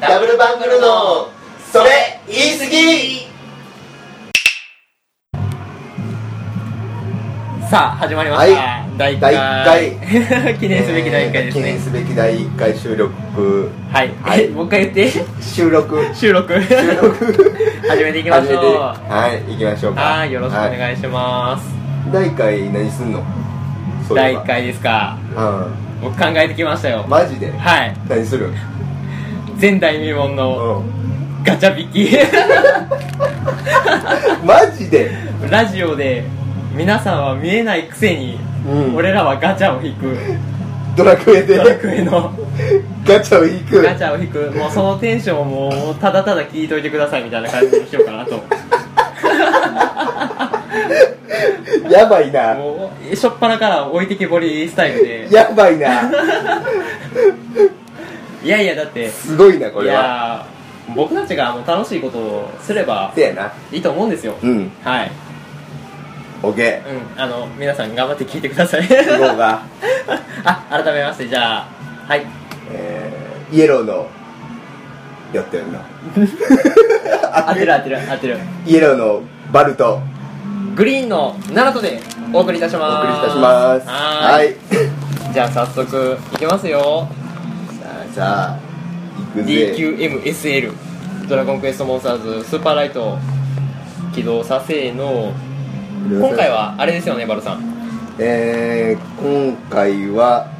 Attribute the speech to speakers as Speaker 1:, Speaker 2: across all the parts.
Speaker 1: ダブルバングルのそれ言い過ぎ
Speaker 2: さあ始まりました、
Speaker 1: は
Speaker 2: 第1
Speaker 1: 第
Speaker 2: 回
Speaker 1: 一
Speaker 2: 記念すべき第1回です
Speaker 1: 記念
Speaker 2: ね、
Speaker 1: すべき第1回収録
Speaker 2: はい、
Speaker 1: はい
Speaker 2: えもう一回言って
Speaker 1: 収録
Speaker 2: 収録
Speaker 1: 収
Speaker 2: 始
Speaker 1: 録
Speaker 2: めていきましょう
Speaker 1: はい行きましょうか
Speaker 2: はいよろしくお
Speaker 1: は
Speaker 2: 願いします、
Speaker 1: 第1回何すんのそうい
Speaker 2: 第
Speaker 1: えば
Speaker 2: 1回ですか
Speaker 1: う
Speaker 2: 僕考えてきましたよ、
Speaker 1: んマジで
Speaker 2: はい
Speaker 1: 何するん
Speaker 2: 前代未聞の
Speaker 1: うん
Speaker 2: ガチャ引 き
Speaker 1: マジで
Speaker 2: ラジオで皆さんは見えないくせに、
Speaker 1: うん
Speaker 2: 俺らはガチャを引く
Speaker 1: ドラクエ
Speaker 2: ド
Speaker 1: で
Speaker 2: ラクエの
Speaker 1: ガチャを引く
Speaker 2: ガチャを引くもうそのテンションをもうただただ聞いといてくださいみたいな感じにしようかなと
Speaker 1: やばいな
Speaker 2: もうしょっぱなから置いてけぼりスタイルでいや
Speaker 1: やばいない
Speaker 2: やいやだって
Speaker 1: すごいなこ
Speaker 2: い
Speaker 1: れは
Speaker 2: やー僕たちがもう楽しいことをすれば
Speaker 1: せやない
Speaker 2: いと思うんですよ、
Speaker 1: うん
Speaker 2: はい、
Speaker 1: オッケ
Speaker 2: うん、あの皆さん頑張って聞いてください
Speaker 1: ー行こうが
Speaker 2: あ改めましてじゃあはい
Speaker 1: えーイエローのやってるな
Speaker 2: 当てる当てる当てる
Speaker 1: イエローのバルト
Speaker 2: グリーンのナラトでお送りいたし
Speaker 1: お
Speaker 2: ます
Speaker 1: 送りいたします
Speaker 2: は
Speaker 1: は
Speaker 2: ーい
Speaker 1: い
Speaker 2: じゃあ早速いきますよ
Speaker 1: さあさあ行くぜ
Speaker 2: DQMSL ドラゴンクエストモンスターズスーパーライト起動させーの今回はあれですよねバルさん
Speaker 1: えー、今回は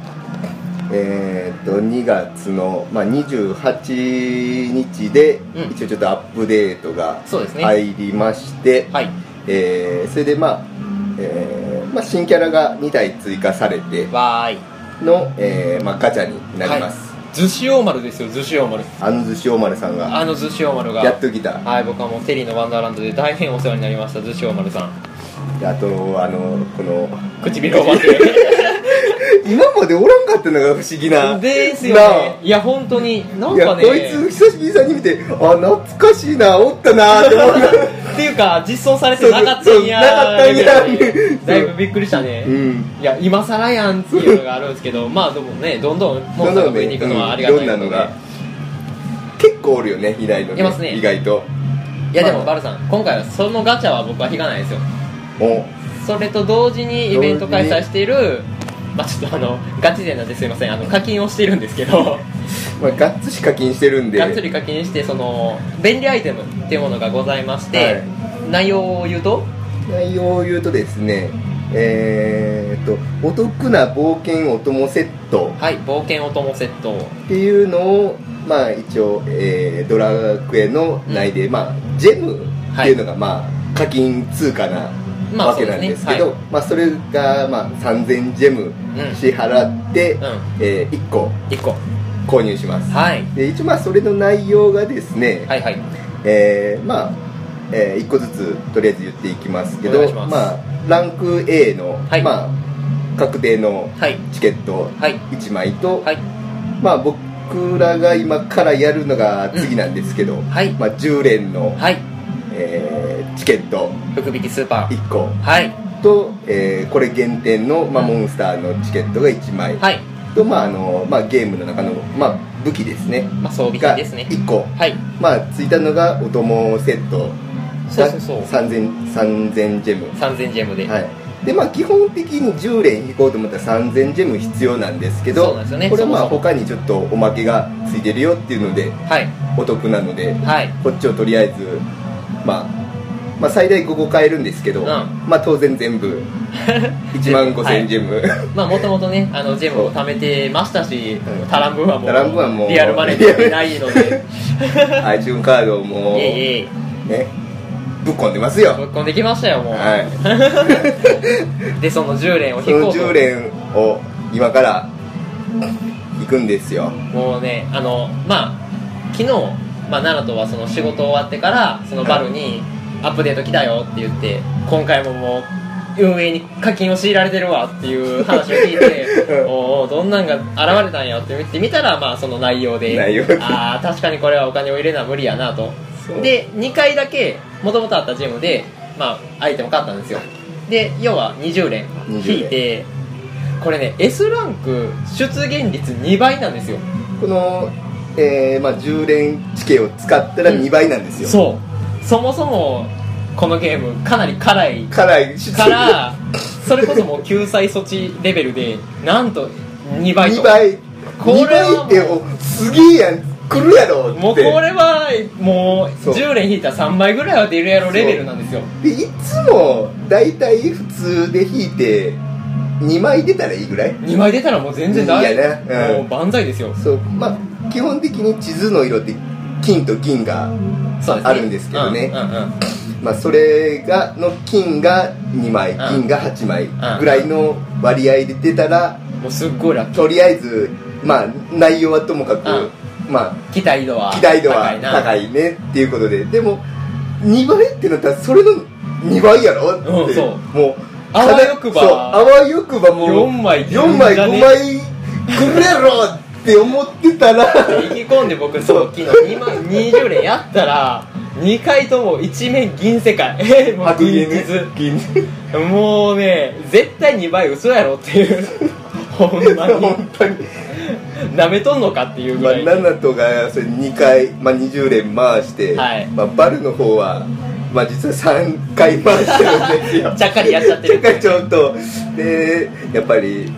Speaker 1: えー、っと2月の、まあ、28日で、
Speaker 2: うん
Speaker 1: 一応ちょっとアップデートが
Speaker 2: そうですね
Speaker 1: 入りまして、
Speaker 2: はい
Speaker 1: えーそれでまあ、えーまあ、新キャラが2体追加されて
Speaker 2: わーい
Speaker 1: の、えーまあ、ガチャになります、
Speaker 2: はい、ズシオーマルですよズシオーマル
Speaker 1: あの寿司おまるさんが
Speaker 2: あのズシオーマルが
Speaker 1: やっときた
Speaker 2: はい僕はもうテリーのワンダーランドで大変お世話になりましたズシオーマルさん
Speaker 1: であとあのこの
Speaker 2: 唇を待って
Speaker 1: 今までおらんかったのが不思議な
Speaker 2: ですよ
Speaker 1: な
Speaker 2: ねいや本当にないん
Speaker 1: や
Speaker 2: かね
Speaker 1: こいつ久しぶりに見てあ懐かしいなおったなって思った
Speaker 2: っていうか実装されてなかったんやー
Speaker 1: そうなかったんや
Speaker 2: みたいなねだいぶびっくりしたね、
Speaker 1: うん
Speaker 2: いや今更やんっていうのがあるんですけどまあでもねどんどんモンスターが増えていくのはありがたい
Speaker 1: ど
Speaker 2: こ
Speaker 1: ん
Speaker 2: と
Speaker 1: なの
Speaker 2: で
Speaker 1: が結構おるよねいないのね
Speaker 2: いますね
Speaker 1: 意外と
Speaker 2: いやでも
Speaker 1: まあ
Speaker 2: バルさん今回はそのガチャは僕は引かないですよ
Speaker 1: お
Speaker 2: それと同時にイベント開催しているまあちょっとあのガチ勢なんですいませんあの課金をしているんですけど
Speaker 1: まあ、ガッツし課金してるん で
Speaker 2: がっつり課金してその便利アイテムっていうものがございまして、
Speaker 1: はい
Speaker 2: 内容を言うと
Speaker 1: 内容を言うとですねえー、とお得な冒険お供セット
Speaker 2: はい冒険お供セット
Speaker 1: っていうのをまあ一応、えードラクエの内で、まあジェムっていうのがまあ課金通貨な
Speaker 2: まあ
Speaker 1: わけなんですけど、
Speaker 2: そう
Speaker 1: まあそれがまあ3000ジェム
Speaker 2: うん
Speaker 1: 支払って、
Speaker 2: ん
Speaker 1: え1個
Speaker 2: 1個
Speaker 1: 購入します、
Speaker 2: はい
Speaker 1: で一応まあそれの内容がですね、
Speaker 2: はいはい
Speaker 1: えーまあ、え1個ずつとりあえず言っていきますけ
Speaker 2: お願い
Speaker 1: ど
Speaker 2: します
Speaker 1: あランク A の、
Speaker 2: はい
Speaker 1: まあ確定の
Speaker 2: はい
Speaker 1: チケット
Speaker 2: はい
Speaker 1: 1枚と、
Speaker 2: はい
Speaker 1: まあ僕らが今からやるのが次なんですけど、
Speaker 2: はい
Speaker 1: まあ、10連の、
Speaker 2: はい
Speaker 1: えーチケット
Speaker 2: 福引きスーパー
Speaker 1: 1個
Speaker 2: はい
Speaker 1: と、えーこれ限定の、まあ、
Speaker 2: うん
Speaker 1: モンスターのチケットが1枚、
Speaker 2: はい
Speaker 1: と、まああのまあ、ゲームの中の、まあ、武器ですね
Speaker 2: まあ装備品
Speaker 1: が
Speaker 2: ですね
Speaker 1: 1個、
Speaker 2: はい
Speaker 1: まあ、ついたのがお供セット
Speaker 2: そうそうそう
Speaker 1: 3000 3000ジェム、
Speaker 2: 3000ジェムで、
Speaker 1: はいでまあ、基本的に10連引こうと思ったら3000ジェム必要なんですけど
Speaker 2: そうなんですよね
Speaker 1: これはまあ
Speaker 2: そもそも
Speaker 1: 他にちょっとおまけがついてるよっていうので
Speaker 2: はい
Speaker 1: お得なので
Speaker 2: はい
Speaker 1: こっちをとりあえず、まあ、まあ最大5個買えるんですけ
Speaker 2: う
Speaker 1: ど、
Speaker 2: ん
Speaker 1: まあ当然全 部1万5000ジェム、
Speaker 2: まあもともとねあのジェムを貯めてましたし
Speaker 1: うん
Speaker 2: タランブーはもう
Speaker 1: タランブーはもう
Speaker 2: リアルマネーでないので
Speaker 1: iTunes カードを もう
Speaker 2: いえいえ
Speaker 1: ねぶっ込んでますよ
Speaker 2: ぶっ込んできましたよもう、
Speaker 1: はい
Speaker 2: でその10連を
Speaker 1: そ
Speaker 2: 引こ
Speaker 1: の
Speaker 2: うと
Speaker 1: 10連を今から行くんですよ
Speaker 2: もうねあのまあ昨日、まあ、奈良とはその仕事終わってからそのバルにアップデート来たよって言って今回ももう運営に課金を強いられてるわっていう話を聞いて
Speaker 1: うん
Speaker 2: おうおうどんなんが現れたんやって見てみたらまあその内容で
Speaker 1: 内容
Speaker 2: ああ確かにこれはお金を入れな無理やなと
Speaker 1: そう
Speaker 2: で2回だけもともとあったジムでまあアイテム買ったんですよで要は20連
Speaker 1: 20連
Speaker 2: 引いてこれね S ランク出現率2倍なんですよ
Speaker 1: このえーまあ、10連チケを使ったら
Speaker 2: うん
Speaker 1: 2倍なんですよ、
Speaker 2: そうそもそもこのゲームかなり辛い
Speaker 1: 辛いし
Speaker 2: からそれこそもう救済措置レベルでなんと2倍と
Speaker 1: 2倍
Speaker 2: これはもう
Speaker 1: 2倍っておすげえやん来るやろって
Speaker 2: もうこれはもう
Speaker 1: そう
Speaker 2: 10連引いたら3倍ぐらいは出るやろレベルなんですよ
Speaker 1: でいつも大体普通で引いて2枚出たらいいぐらい
Speaker 2: 2枚出たらもう全然大
Speaker 1: いいやねうん
Speaker 2: もう万歳ですよ
Speaker 1: そうまあ基本的に地図の色って金と銀が
Speaker 2: そうですね
Speaker 1: あるんですけどね
Speaker 2: うんうんうん
Speaker 1: まあそれがの金が2枚
Speaker 2: うん
Speaker 1: 銀が8枚ぐらいの割合で出たら
Speaker 2: もうすっごい楽
Speaker 1: とりあえずまあ内容はともかく
Speaker 2: うん
Speaker 1: ま
Speaker 2: 期待度は
Speaker 1: あ期待度は
Speaker 2: 高いな
Speaker 1: 高いねっていうことででも2倍ってなったらそれの2倍やろっ
Speaker 2: うん
Speaker 1: て
Speaker 2: そう
Speaker 1: もう
Speaker 2: あわよくば
Speaker 1: そうあわよくばもう
Speaker 2: 4枚出る
Speaker 1: 4
Speaker 2: んじゃね
Speaker 1: 枚5枚くれろって思って たら
Speaker 2: で意気込んで僕そう昨日2万20連やったら2回とも一面銀世界 えもう銀地図
Speaker 1: 銀
Speaker 2: もうね絶対2倍嘘やろっていう ほんまに
Speaker 1: 本当に
Speaker 2: なめとんのかっていうぐ
Speaker 1: まあ、
Speaker 2: らい
Speaker 1: ナナとがそれ2回、まあ、20連回して、
Speaker 2: はい
Speaker 1: まあ、バルの方は、まあ、実は3回回してるんですよ
Speaker 2: ちゃっかりやっちゃって
Speaker 1: ちゃっか
Speaker 2: る
Speaker 1: りちょっとでやっぱり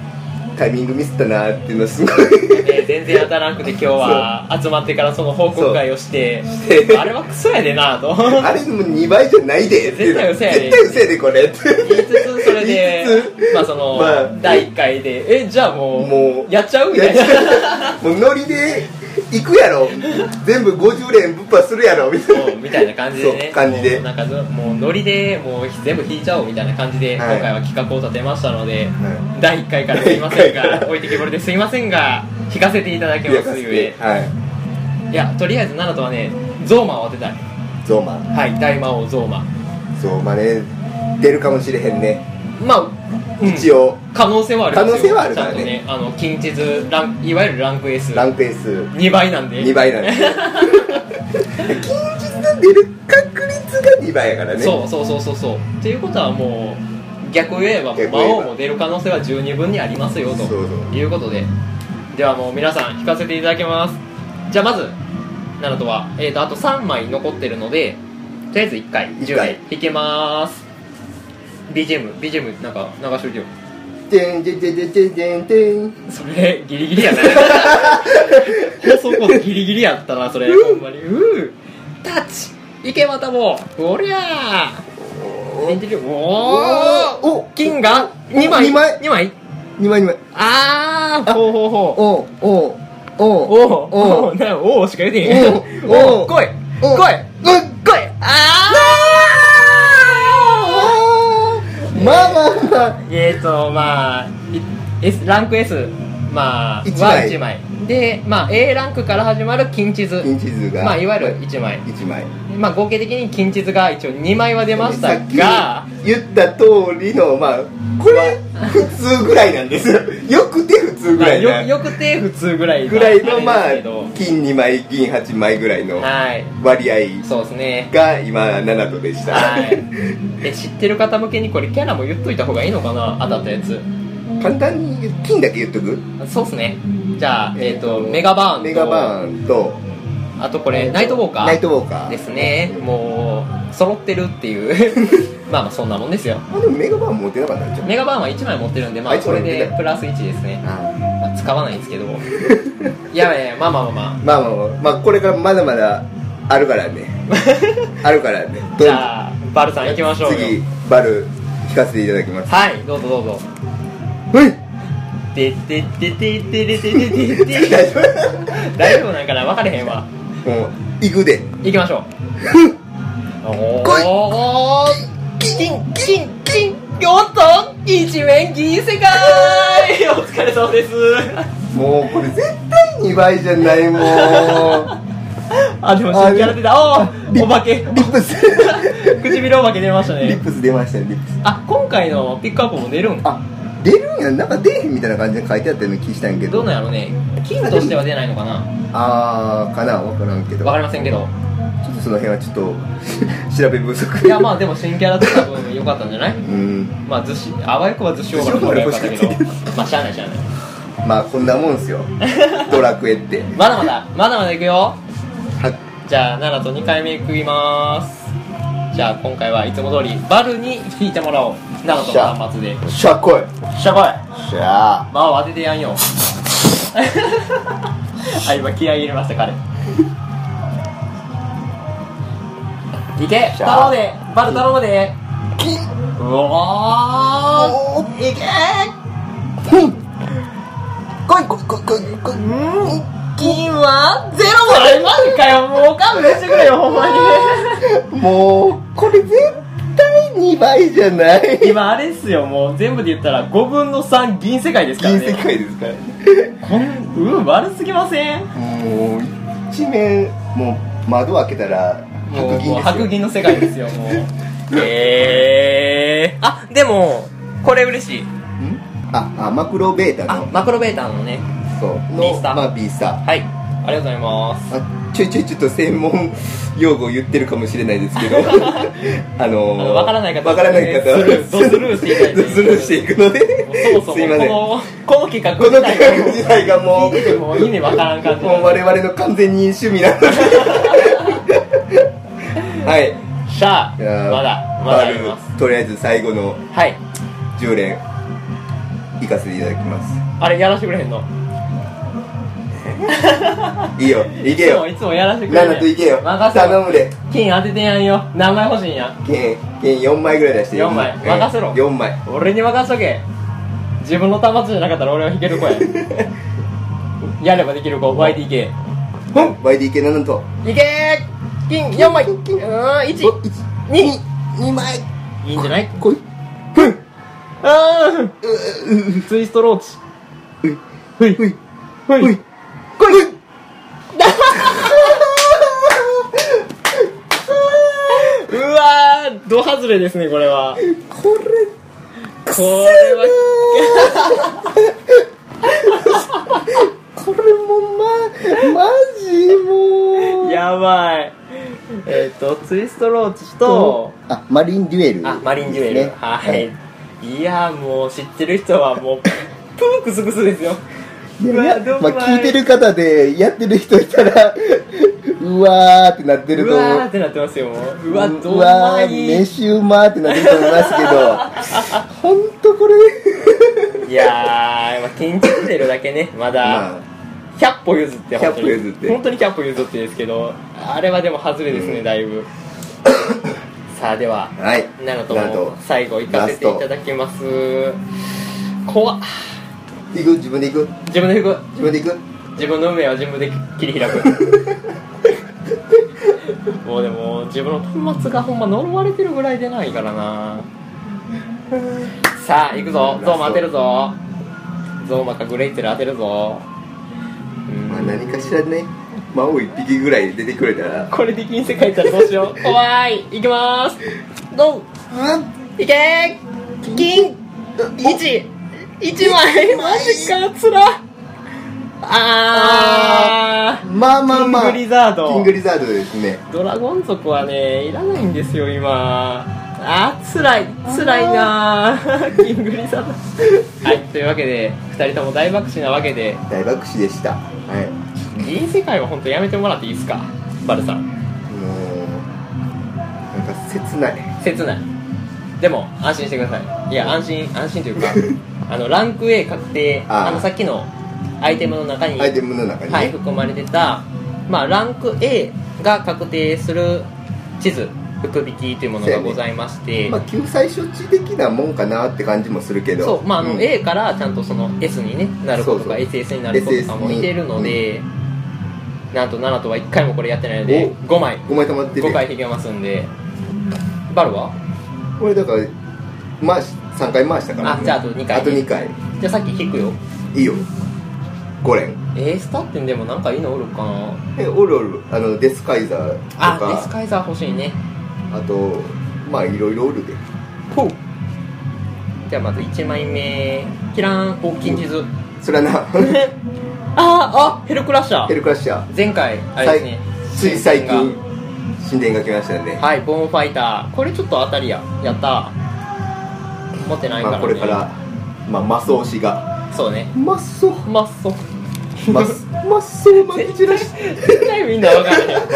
Speaker 1: タイミングミスったなっていうのすごい
Speaker 2: ね全然当たらなくて今日は集まってからその報告会をして
Speaker 1: て
Speaker 2: あれはクソやでな と
Speaker 1: あれでも2倍じゃないでっていうの
Speaker 2: 絶対嘘やで
Speaker 1: 絶対嘘やでこれって
Speaker 2: 言いつつそれで
Speaker 1: 言いつつ
Speaker 2: まあその、
Speaker 1: まあ
Speaker 2: 第1回でえじゃあもう
Speaker 1: もう
Speaker 2: やっちゃうみ
Speaker 1: い
Speaker 2: た
Speaker 1: や
Speaker 2: いな
Speaker 1: もうノリで行くやろ全部50連ぶっ破するやろみたいな
Speaker 2: そうみたいな感じで
Speaker 1: そ
Speaker 2: ね
Speaker 1: う感じで
Speaker 2: もうなんかずもうノリでもう全部引いちゃおうみたいな感じで、
Speaker 1: はい
Speaker 2: 今回は企画を立てましたので、
Speaker 1: は
Speaker 2: 第1回からすいません
Speaker 1: 第一回か
Speaker 2: が
Speaker 1: ら
Speaker 2: 置いてけぼりですいませんが引かせていただき
Speaker 1: いや
Speaker 2: ますゆえ
Speaker 1: はい
Speaker 2: やとりあえずナナとはねゾーマを当てたい
Speaker 1: いゾーマ
Speaker 2: はい大魔王ゾーマ
Speaker 1: ゾーマね出るかもしれへんね、
Speaker 2: まあ、うん
Speaker 1: 一応
Speaker 2: 可能性はあるんですよ
Speaker 1: 可能性はあるからね
Speaker 2: ちゃんとねあの近地図ランいわゆるランク S
Speaker 1: ランク S
Speaker 2: 2倍なんで
Speaker 1: 2倍なんですよ近日が出る確率が2倍やからね
Speaker 2: そうそうそうそうそうっていうことはもう逆を言えば
Speaker 1: 逆
Speaker 2: 魔
Speaker 1: を言えば
Speaker 2: 王も出る可能性は十二分にありますよと
Speaker 1: そうそう
Speaker 2: いうことでではもう皆さん引かせていただきますじゃあまずナナとは、えー、とあと3枚残ってるのでとりあえず1回
Speaker 1: 一
Speaker 2: 10
Speaker 1: 回
Speaker 2: 枚引けます BGM BGM なんか流しておいてよ
Speaker 1: てんてんてんてんてんてんてん
Speaker 2: それギリギリやな 放送コースギリギリやったなそれほんまにうータッチ池又もおりゃー電池量おお
Speaker 1: おお
Speaker 2: 金が2枚
Speaker 1: 二枚
Speaker 2: 2枚
Speaker 1: 2枚2枚
Speaker 2: ああほうほうほうお
Speaker 1: おうおうおう
Speaker 2: おおおなおおしか言うてへん
Speaker 1: お
Speaker 2: お
Speaker 1: お
Speaker 2: お来い
Speaker 1: おう
Speaker 2: 来い
Speaker 1: おう
Speaker 2: 来いあ
Speaker 1: おうまあまあまあ
Speaker 2: あえっとまあい S ランク S まあ
Speaker 1: 一
Speaker 2: は
Speaker 1: 枚
Speaker 2: 1枚でまあ A ランクから始まる金地図
Speaker 1: 近日が
Speaker 2: まあいわゆる1枚
Speaker 1: 1枚
Speaker 2: まあ合計的に金地図が一応2枚は出ました
Speaker 1: さ
Speaker 2: が
Speaker 1: っき言った通りのまあこれ普通ぐらいなんですよ よくて普通ぐ
Speaker 2: まあ
Speaker 1: らい
Speaker 2: よ
Speaker 1: な
Speaker 2: よくて普通ぐらいな
Speaker 1: ぐらいのま
Speaker 2: あ
Speaker 1: あ
Speaker 2: れですけど
Speaker 1: 金2枚銀8枚ぐらいの
Speaker 2: はい
Speaker 1: 割合
Speaker 2: そうですね
Speaker 1: が今ナナトでした、
Speaker 2: はいで知ってる方向けにこれキャラも言っといた方がいいのかな当たったやつ
Speaker 1: 簡単に言う金だけ言っとく
Speaker 2: そうっすねじゃあ、えっ
Speaker 1: ー
Speaker 2: とメガバーンと
Speaker 1: メガバーンと
Speaker 2: あとこれナイトウォーカ
Speaker 1: ナイ
Speaker 2: ー
Speaker 1: トウォーカー
Speaker 2: ですねもう揃ってるっていう まあまあそんなもんですよ
Speaker 1: あでもメガバーン持ってなかったんちゃう
Speaker 2: メガバーンは1枚持ってるんでまあ
Speaker 1: あ一
Speaker 2: こ
Speaker 1: 枚
Speaker 2: れ
Speaker 1: 持ってる
Speaker 2: でプラス1ですね、
Speaker 1: あ
Speaker 2: まあ、使わないんですけどいやいやまあまあまあまあ
Speaker 1: まあまあまあ、まあ、これからまだまだあるから ねあるからね
Speaker 2: じゃあバルさん行きましょうよ
Speaker 1: 次バル引かせていただきます
Speaker 2: はいどうぞどうぞ
Speaker 1: はい
Speaker 2: ででででででででで
Speaker 1: 大
Speaker 2: で
Speaker 1: 丈夫
Speaker 2: 大丈夫なんかな分かれへんわ
Speaker 1: もう行くで
Speaker 2: 行きましょうお
Speaker 1: 来い
Speaker 2: お
Speaker 1: 金
Speaker 2: 金金おっと一面銀世界 お疲れ様です
Speaker 1: もうこれ絶対2倍じゃな いもう
Speaker 2: あでも新キャラ出たおーお化け
Speaker 1: リッ プス
Speaker 2: 唇お化け出ました
Speaker 1: リ
Speaker 2: ね
Speaker 1: ップス出ましたねリップス
Speaker 2: あ今回のピックアップも出るん
Speaker 1: あ出るんやなんか出えへんみたいな感じで書いてあったような気したんやけ
Speaker 2: どうな
Speaker 1: ど
Speaker 2: んやろうね金としては出ないのかな
Speaker 1: あーかな分からんけど
Speaker 2: わかりませんけど
Speaker 1: ちょっとその辺はちょっと 調べ不足
Speaker 2: いやまあでも新キャラって多分良かったんじゃない
Speaker 1: うん
Speaker 2: まあ逗子あわよくば逗子オーバーの方が良かったけど
Speaker 1: 逗子オーバーの方が
Speaker 2: まあしゃあないしゃあない
Speaker 1: まあこんなも んすよドラクエって
Speaker 2: まだまだまだまだいくよ
Speaker 1: は
Speaker 2: じゃあ奈良と2回目食いますじゃあ今回はいつも通りバルに引いてもらおう奈良と端末で
Speaker 1: しゃこい
Speaker 2: しゃばい
Speaker 1: しゃあ
Speaker 2: まあ当ててやんよあ今気合い入れました彼いけ
Speaker 1: し
Speaker 2: 太
Speaker 1: ゃあ
Speaker 2: 郎でバル太郎で
Speaker 1: き
Speaker 2: うお
Speaker 1: おーいけーうんこいこいこいこいこいうん
Speaker 2: 金はゼロだマジかよもう勘弁してくれよほんまに
Speaker 1: もうこれ絶対2倍じゃない
Speaker 2: 今あれっすよもう全部で言ったら5分の3銀世界ですからね
Speaker 1: 銀世界ですからね
Speaker 2: こんうん悪すぎません
Speaker 1: もう一面もう窓開けたら
Speaker 2: も
Speaker 1: 白
Speaker 2: うもう白
Speaker 1: 銀です
Speaker 2: 銀
Speaker 1: よ
Speaker 2: の世界ですよもう ええあでもこれ嬉しい
Speaker 1: んああマクロベータ
Speaker 2: あ
Speaker 1: の
Speaker 2: マクロベーターのね
Speaker 1: そうの
Speaker 2: B スター
Speaker 1: まあ B スター
Speaker 2: はいありがとうございます
Speaker 1: あちょいちょいちょっと専門用語言ってるかもしれないです けどあ
Speaker 2: あ
Speaker 1: の
Speaker 2: のわからない方は
Speaker 1: わからない方は
Speaker 2: ドスルーしていただいて
Speaker 1: ドスルーしていくの
Speaker 2: もうそも
Speaker 1: で
Speaker 2: そも
Speaker 1: すいませんこ
Speaker 2: このこの企画
Speaker 1: の
Speaker 2: 自
Speaker 1: 企
Speaker 2: 体
Speaker 1: 画自体がも
Speaker 2: が
Speaker 1: う
Speaker 2: 見てても意味わからん感じ
Speaker 1: もう我々の完全に趣味なのではい
Speaker 2: しゃあ
Speaker 1: いやー
Speaker 2: まだまだ
Speaker 1: バ
Speaker 2: あり
Speaker 1: ル
Speaker 2: ます
Speaker 1: とりあえず最後の
Speaker 2: はい
Speaker 1: 10連行かせていただきま
Speaker 2: あれやらしてくれへんの
Speaker 1: すいいよ行けよ
Speaker 2: いつもいつもやらしてくれへん
Speaker 1: ラナと行けよ
Speaker 2: 任せ
Speaker 1: 頼
Speaker 2: ろ
Speaker 1: むで
Speaker 2: 金当ててやんよ名前欲しいんや
Speaker 1: 剣剣4枚ぐらい出して
Speaker 2: 四枚任せろ
Speaker 1: 4枚
Speaker 2: 俺に任せとけ自分の端末じゃなかったら俺は弾ける 子ややればできる子 YDK
Speaker 1: ほん YDK なのと
Speaker 2: いけー金4枚うーん1 2
Speaker 1: 2枚
Speaker 2: いいんじゃない
Speaker 1: こいふん
Speaker 2: あ
Speaker 1: うううう
Speaker 2: ーツイストローチ
Speaker 1: うい
Speaker 2: ふい
Speaker 1: ふい
Speaker 2: ふ
Speaker 1: ふいこい
Speaker 2: うわード外れですねこれは
Speaker 1: これ
Speaker 2: これは
Speaker 1: これもまマジもう
Speaker 2: やばいえっ、とツイストローチと
Speaker 1: あマリンデュエル
Speaker 2: あマリンデュエル、
Speaker 1: ですね
Speaker 2: はいいやーもう知ってる人は もうプークスクスですよ
Speaker 1: いう
Speaker 2: わ
Speaker 1: や
Speaker 2: どん
Speaker 1: ま
Speaker 2: まい
Speaker 1: あ、聞いてる方でやってる人いたら うわーってなってる
Speaker 2: う
Speaker 1: と思
Speaker 2: わー
Speaker 1: う
Speaker 2: ってなってますよもううわど
Speaker 1: う
Speaker 2: う
Speaker 1: わ
Speaker 2: ま
Speaker 1: ー
Speaker 2: いい
Speaker 1: 飯うまーってなってると思い ますけどほんとこれ
Speaker 2: やー、まあ、緊張してるだけねま
Speaker 1: ま
Speaker 2: だ
Speaker 1: あ
Speaker 2: 100歩譲って本当に
Speaker 1: 100歩譲って
Speaker 2: 本当に100歩譲ってですけどあれはでも外れですね、
Speaker 1: うん
Speaker 2: だい ぶさあでは
Speaker 1: はい
Speaker 2: なると
Speaker 1: なんと
Speaker 2: も最後行かせていただきます怖っ
Speaker 1: 行く自分で行く
Speaker 2: 自分で服
Speaker 1: 自分で行く
Speaker 2: 自分の運命は自分で切り開 くもうでも自分の端末がほんま呪われてるぐらいでないからなさあ行くぞゾーマ当てるぞゾーマかグレイツェル当てるぞ、うん
Speaker 1: まあ何かしらね魔王一匹ぐらい出てくれたら
Speaker 2: これで銀世界行ったらどうし よう怖い行きまーすドン
Speaker 1: う
Speaker 2: いけー銀一一枚マジかつらあー
Speaker 1: んまあまあまあ
Speaker 2: キングリザード
Speaker 1: キングリザードですね
Speaker 2: ドラゴン族はねいらないんですよ今あーつらいつらいな ーキングリザードはいというわけで2人とも大爆死なわけで
Speaker 1: 大爆死でしたはい
Speaker 2: 銀世界は本当やめてもらっていいですかバルさん
Speaker 1: もうなんか切ない
Speaker 2: 切ないでも安心してくださいいや安心安心と いうかあのランク A 確定
Speaker 1: あー
Speaker 2: あのさっきのアイテムの中に
Speaker 1: アイテムの中にね、
Speaker 2: はい、含まれてた、まあ、ランク A が確定する地図福引きというものがございまして、
Speaker 1: まあ、救済処置的なもんかなって感じもするけど
Speaker 2: そうまああの
Speaker 1: ん
Speaker 2: A からちゃんとその S に、ね、なる子とか
Speaker 1: そうそう
Speaker 2: SS になる子とかもいてるので、なんと7とは1回もこれやってないので5枚
Speaker 1: 5枚溜まってる
Speaker 2: 5
Speaker 1: やん
Speaker 2: 回引けますんでバルは
Speaker 1: これだから回し3回回したから、
Speaker 2: あじゃああと2回
Speaker 1: あと2回
Speaker 2: じゃあさっき引くよ
Speaker 1: いいよ5連
Speaker 2: A スタってでもなんかいいのおるかな
Speaker 1: えおるおるあのデスカイザーと
Speaker 2: あデス
Speaker 1: か
Speaker 2: カイザー欲しいね
Speaker 1: あとまあいろいろおるで
Speaker 2: ほうじゃあまず1枚目キラーンお金地図
Speaker 1: それはな
Speaker 2: あーあヘルクラッシャ
Speaker 1: ヘ
Speaker 2: ー
Speaker 1: ルクラッシャー
Speaker 2: 前回あれですね
Speaker 1: つい最近
Speaker 2: が
Speaker 1: 神殿が来ましたね
Speaker 2: はいボーンファイターこれちょっと当たりややったー持ってないから、
Speaker 1: ま
Speaker 2: ね、
Speaker 1: あ、これから、まあ、マス推しが
Speaker 2: そうね
Speaker 1: うまそう
Speaker 2: うまそう
Speaker 1: うま そううまそうまき散らし
Speaker 2: 絶対みんなわからへんよこ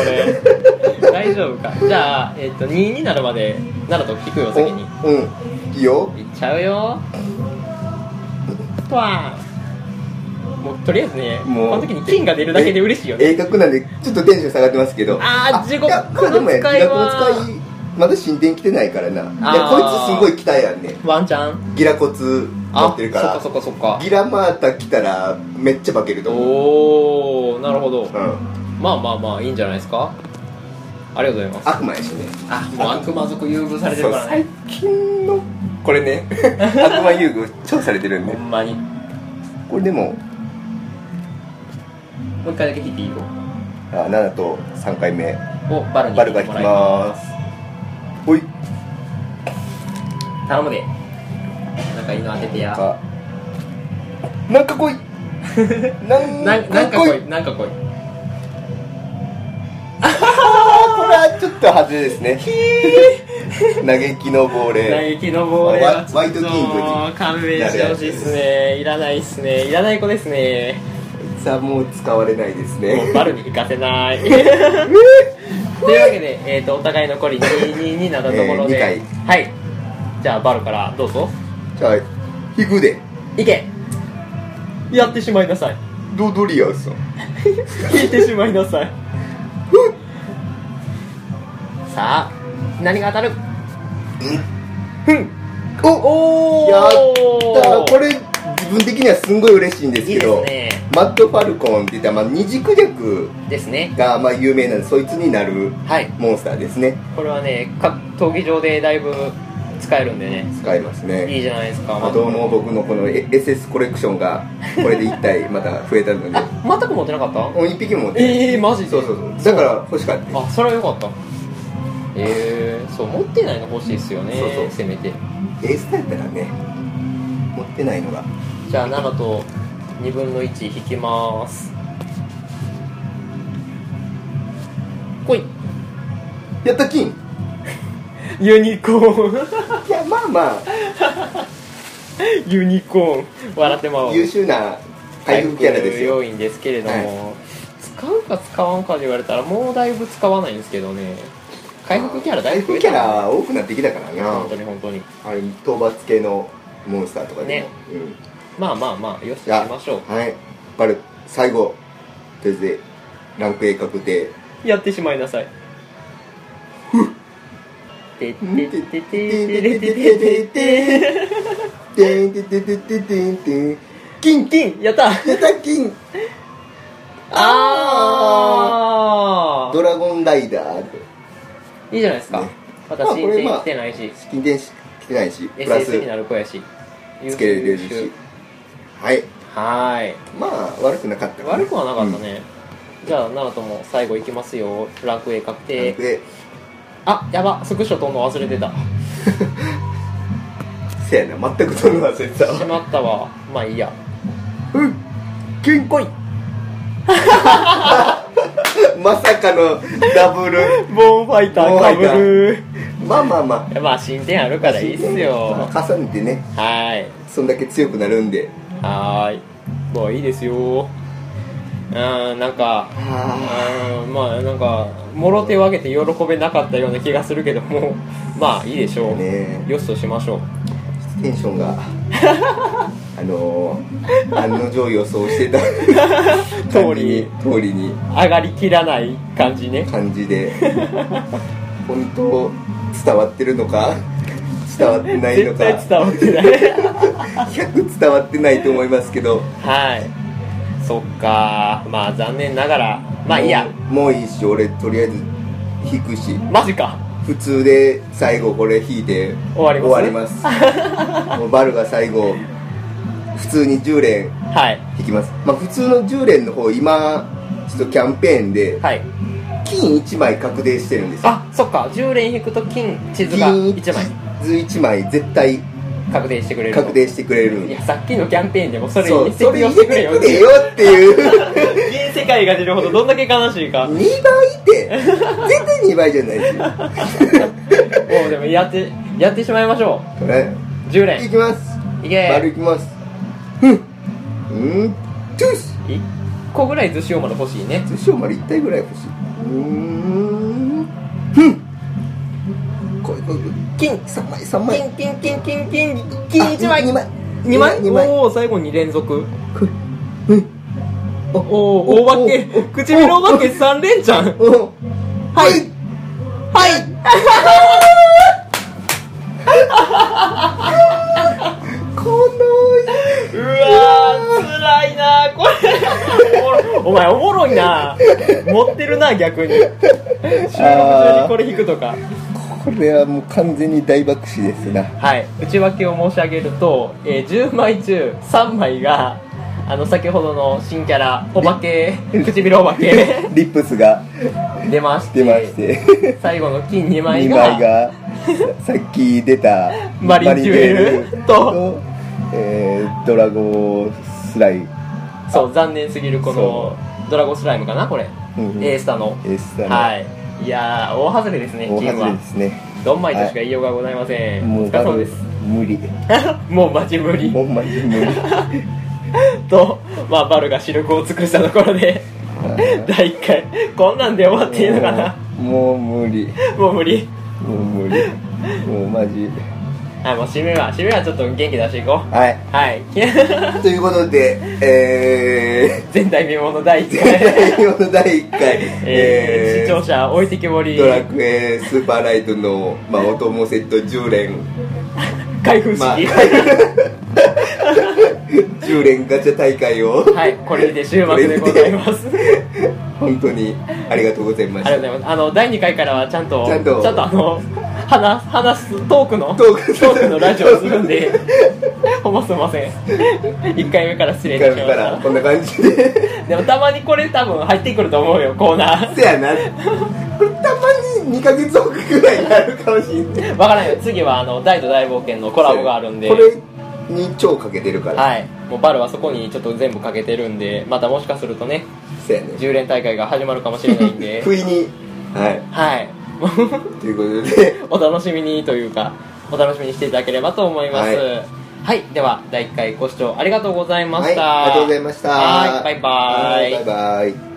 Speaker 2: れ大丈夫かじゃあ、えっと2になるまで奈良と聞くよ
Speaker 1: お
Speaker 2: 先に
Speaker 1: うんいいよ
Speaker 2: いっちゃうよとわんもうとりあえずね
Speaker 1: もう
Speaker 2: この時に金が出るだけで嬉しいよね
Speaker 1: 鋭角なんでちょっとテンション下がってますけど
Speaker 2: あー地獄
Speaker 1: いやまあでもや
Speaker 2: の使いは
Speaker 1: ギラコの使いまだ神殿来てないからないや
Speaker 2: あー
Speaker 1: こいつすごい来たやんね
Speaker 2: ワンちゃん
Speaker 1: ギラコツ持
Speaker 2: あ
Speaker 1: ってるから
Speaker 2: そっかそっかそっか
Speaker 1: ギラマータ来たらめっちゃ化けると思う
Speaker 2: おおなるほど
Speaker 1: うん
Speaker 2: まあまあまあいいんじゃないですかありがとうございます
Speaker 1: 悪魔やしね
Speaker 2: あもう悪魔族優遇されてるからね
Speaker 1: そう最近のこ れね悪魔遊具超されてるん
Speaker 2: ほ
Speaker 1: で
Speaker 2: んまに
Speaker 1: これでも
Speaker 2: もう一回だけ切っていいよ
Speaker 1: あ7と3回目
Speaker 2: をバルに
Speaker 1: バル
Speaker 2: 切
Speaker 1: が
Speaker 2: っ
Speaker 1: 引
Speaker 2: ても
Speaker 1: き
Speaker 2: らいま
Speaker 1: ますほい
Speaker 2: す頼むでなんかいいの当ててや
Speaker 1: かなんか 来いなん
Speaker 2: ななんか
Speaker 1: 来
Speaker 2: 来
Speaker 1: い
Speaker 2: いなんか来い
Speaker 1: あこれはちょっと外れですね嘆きの亡霊
Speaker 2: 嘆きの亡霊はちょ
Speaker 1: ワイ
Speaker 2: っ
Speaker 1: ワイドキング
Speaker 2: と
Speaker 1: に
Speaker 2: 勘弁してほしいっすねいらないっすねいらない子ですね
Speaker 1: さあもう使われないです
Speaker 2: もう
Speaker 1: ね
Speaker 2: バルに行かせないというわけで、えー、 とお互い残り22になったところで、
Speaker 1: えー
Speaker 2: はいじゃあバルからどうぞ
Speaker 1: じゃあ引くで
Speaker 2: いけやってしまいなさい
Speaker 1: ドドリアさん
Speaker 2: 聞いてしまいなさいさあ何が当たるふんおお
Speaker 1: やったこれ自分的にはすんごい嬉しいんです
Speaker 2: いい
Speaker 1: け
Speaker 2: で
Speaker 1: ど
Speaker 2: すね
Speaker 1: マッド・ファルコンっていったら、まあ、二軸弱
Speaker 2: ですね
Speaker 1: がまあ有名なんでそいつになる
Speaker 2: はい
Speaker 1: モンスターですね
Speaker 2: これはね格闘技場でだいぶ使えるんでね
Speaker 1: 使いますね
Speaker 2: いいじゃないですか
Speaker 1: あともう僕のこの SS コレクションがこれで1体また増えたのでも
Speaker 2: あ全く持ってなかった
Speaker 1: う1匹も持ってない
Speaker 2: えーマジで
Speaker 1: そうそうそうだから欲しかった
Speaker 2: あそれはよかったえー、そう持ってないの欲しいですよね
Speaker 1: そうそう
Speaker 2: せめて
Speaker 1: エースだったらね持ってないのが
Speaker 2: じゃあ7と2分の1引きますこい
Speaker 1: やった金
Speaker 2: ユニコーン
Speaker 1: いやまあまあ
Speaker 2: ユニコーン笑ってまう
Speaker 1: 優秀な回復キャラですよ
Speaker 2: 要員ですけれども、使うか使わんかで言われたらもうだいぶ使わないんですけどね回復キャラだい
Speaker 1: 回
Speaker 2: ぶ増
Speaker 1: 復
Speaker 2: え
Speaker 1: キャ
Speaker 2: たな
Speaker 1: ラ多くなってきたからな
Speaker 2: 本当に本当に
Speaker 1: あれ討伐系のモンスターとかでも、
Speaker 2: ね
Speaker 1: うん、
Speaker 2: まあまあまあよし
Speaker 1: じゃあ
Speaker 2: 行きましょ
Speaker 1: はいバル最後とりあえずランク A 確定
Speaker 2: うやってしまいなさいてってってってってってって
Speaker 1: てんてんてんてんてんてんてん
Speaker 2: 金金やった
Speaker 1: 出た金
Speaker 2: あ
Speaker 1: ドラゴンライダー
Speaker 2: ーいいじゃないですか
Speaker 1: ねまあ
Speaker 2: 私
Speaker 1: これまあ
Speaker 2: 来てないし
Speaker 1: 金電子来てないしプラ
Speaker 2: SS にな
Speaker 1: ス
Speaker 2: る子やし
Speaker 1: つけれる
Speaker 2: 優
Speaker 1: し
Speaker 2: 秀
Speaker 1: はい
Speaker 2: はーい
Speaker 1: まあ悪くなかったかな
Speaker 2: 悪くはなかったね、じゃあ奈良とも最後いきますよランク A 確
Speaker 1: うんラ
Speaker 2: 定
Speaker 1: ンク A
Speaker 2: あやばスクショ撮んの忘れて た
Speaker 1: せやな全くその忘れてた
Speaker 2: し
Speaker 1: わ
Speaker 2: まったわまあいいや
Speaker 1: うん金
Speaker 2: 来い
Speaker 1: まさかのダブル
Speaker 2: ボーンファイ
Speaker 1: ター
Speaker 2: か
Speaker 1: 被
Speaker 2: ぶる
Speaker 1: まあまあま あ
Speaker 2: まあ進展あるからいいっすよは
Speaker 1: 重ねてね
Speaker 2: ーい
Speaker 1: そんだけ強くなるんで
Speaker 2: はーいまあいいですようんなんかうんまあなんかもろ手を挙げて喜べなかったような気がするけどもまあいいでしょう、
Speaker 1: ね
Speaker 2: よしとしましょう
Speaker 1: テンションが あのー、案の定予想して た
Speaker 2: 通り
Speaker 1: 感じに通りに
Speaker 2: 上がりきらない感じね
Speaker 1: 感じで本当伝わってるのか伝わってない
Speaker 2: 絶
Speaker 1: のか
Speaker 2: 対伝わってない
Speaker 1: 100伝わってないと思いますけど
Speaker 2: はいそっかまあ残念ながらまあいいや
Speaker 1: もうもういいし俺とりあえず引くし
Speaker 2: マジか
Speaker 1: 普通で最後これ引いて
Speaker 2: 終わります
Speaker 1: 終わりますもうバルが最後普通に10連
Speaker 2: はい
Speaker 1: 引きます、まあ、普通の10連の方今ちょっとキャンペーンで
Speaker 2: はい
Speaker 1: 金1枚確定してるんですよ
Speaker 2: あそっか10連引くと金地図が
Speaker 1: 金
Speaker 2: 1枚
Speaker 1: 図1枚絶対
Speaker 2: 確定してくれると
Speaker 1: 確定してくれる
Speaker 2: いやさっきのキャンペーンでもそれ
Speaker 1: そ
Speaker 2: に
Speaker 1: うそ
Speaker 2: 適
Speaker 1: れ
Speaker 2: 用
Speaker 1: 入
Speaker 2: して
Speaker 1: れ
Speaker 2: くれ
Speaker 1: て
Speaker 2: よ
Speaker 1: くれよっていう
Speaker 2: 現世界が出るほどどんだけ悲しいかも
Speaker 1: 2倍って絶対2倍じゃないですよ
Speaker 2: うでもやってやってしまいましょ
Speaker 1: これ
Speaker 2: う10
Speaker 1: い
Speaker 2: 連
Speaker 1: きます
Speaker 2: い
Speaker 1: 丸
Speaker 2: け
Speaker 1: いきますうんトゥース
Speaker 2: 1個ぐらい寿司おまる欲しいね
Speaker 1: 寿司を丸一体ぐらい欲しいうーんふんこいこいこい
Speaker 2: 金
Speaker 1: 3枚3枚
Speaker 2: 金金金金金金1枚
Speaker 1: 2枚
Speaker 2: 2枚
Speaker 1: 2枚
Speaker 2: おお最後に連続
Speaker 1: お
Speaker 2: おお大化け
Speaker 1: おお
Speaker 2: 唇お化け3連チャン
Speaker 1: お
Speaker 2: はいはい
Speaker 1: こ
Speaker 2: うわーつらいなーこれおもろお前おもろいな持ってるな逆に収録中にこれ引くとか
Speaker 1: のこれはもう完全に大爆死です な
Speaker 2: はい内訳を申し上げると、えー10枚中3枚があの先ほどの新キャラお化け唇お化 け
Speaker 1: リップスが
Speaker 2: 出まして
Speaker 1: 出まし て
Speaker 2: 最後の金2
Speaker 1: 2枚
Speaker 2: 枚が
Speaker 1: がさっき出た
Speaker 2: マリンジュエル
Speaker 1: マリンジュエ
Speaker 2: と
Speaker 1: えードラゴスライ
Speaker 2: そう残念すぎるこ
Speaker 1: そ
Speaker 2: のドラゴンスライムかなこれ、
Speaker 1: うんうん
Speaker 2: エースタの
Speaker 1: エスタの
Speaker 2: はいいやー大外れですね
Speaker 1: 大
Speaker 2: 金
Speaker 1: 外れ
Speaker 2: は
Speaker 1: ですね
Speaker 2: ドンマイとしか言いようがございません、
Speaker 1: も
Speaker 2: お
Speaker 1: う
Speaker 2: 疲れ
Speaker 1: バ
Speaker 2: 様で
Speaker 1: ブ
Speaker 2: す
Speaker 1: 無理
Speaker 2: もうマジ無理
Speaker 1: ほんまに無理
Speaker 2: と、まあ、バルが視力を尽くしたところで第1回こんなんで終わっていいのかな
Speaker 1: もうもう無理
Speaker 2: もう無理
Speaker 1: もう無理もうマジ
Speaker 2: はいもう締めは締めはちょっと元気出していこ
Speaker 1: はい う
Speaker 2: はい
Speaker 1: ということでえ
Speaker 2: 前代未聞の第1
Speaker 1: ー
Speaker 2: 回
Speaker 1: 第4第1回
Speaker 2: えー
Speaker 1: えー
Speaker 2: 視聴者置いてけぼり
Speaker 1: ドラクエスーパーライトの、まあ、お供セット10連
Speaker 2: 開封式、
Speaker 1: まあ10連ガチャ大会を
Speaker 2: はいこれで終幕でございます
Speaker 1: 本当にありがとうございま
Speaker 2: あ
Speaker 1: し
Speaker 2: りがとうございま
Speaker 1: た
Speaker 2: すあの第2回からはちゃんと
Speaker 1: ちゃんと
Speaker 2: あの話話すトークの
Speaker 1: トーク
Speaker 2: のラジオをするん でほんますいません1回目から失礼い
Speaker 1: 一
Speaker 2: た
Speaker 1: 回
Speaker 2: し
Speaker 1: 目
Speaker 2: ま
Speaker 1: か
Speaker 2: し
Speaker 1: ら
Speaker 2: た
Speaker 1: こんな感じで
Speaker 2: でもたまにこれ多分入ってくると思うよコーナー
Speaker 1: せやなこれたまに2ヶ月遅くぐらいになるかもしんない
Speaker 2: わからんよ次はあの大と大冒険のコラボがあるんで
Speaker 1: これに超かけてるから、
Speaker 2: はいもうバルはそこにちょっと全部かけてるんでまたもしかするとね
Speaker 1: せやね
Speaker 2: 10連大会が始まるかもしれないんで
Speaker 1: 不意にはい
Speaker 2: はい
Speaker 1: ということで
Speaker 2: お楽しみにというかお楽しみにしていただければと思います
Speaker 1: は
Speaker 2: はい、では第1回ご視聴ありがとうございました、
Speaker 1: はい、ありがとうございました
Speaker 2: はいバイバイ
Speaker 1: はいバイバイ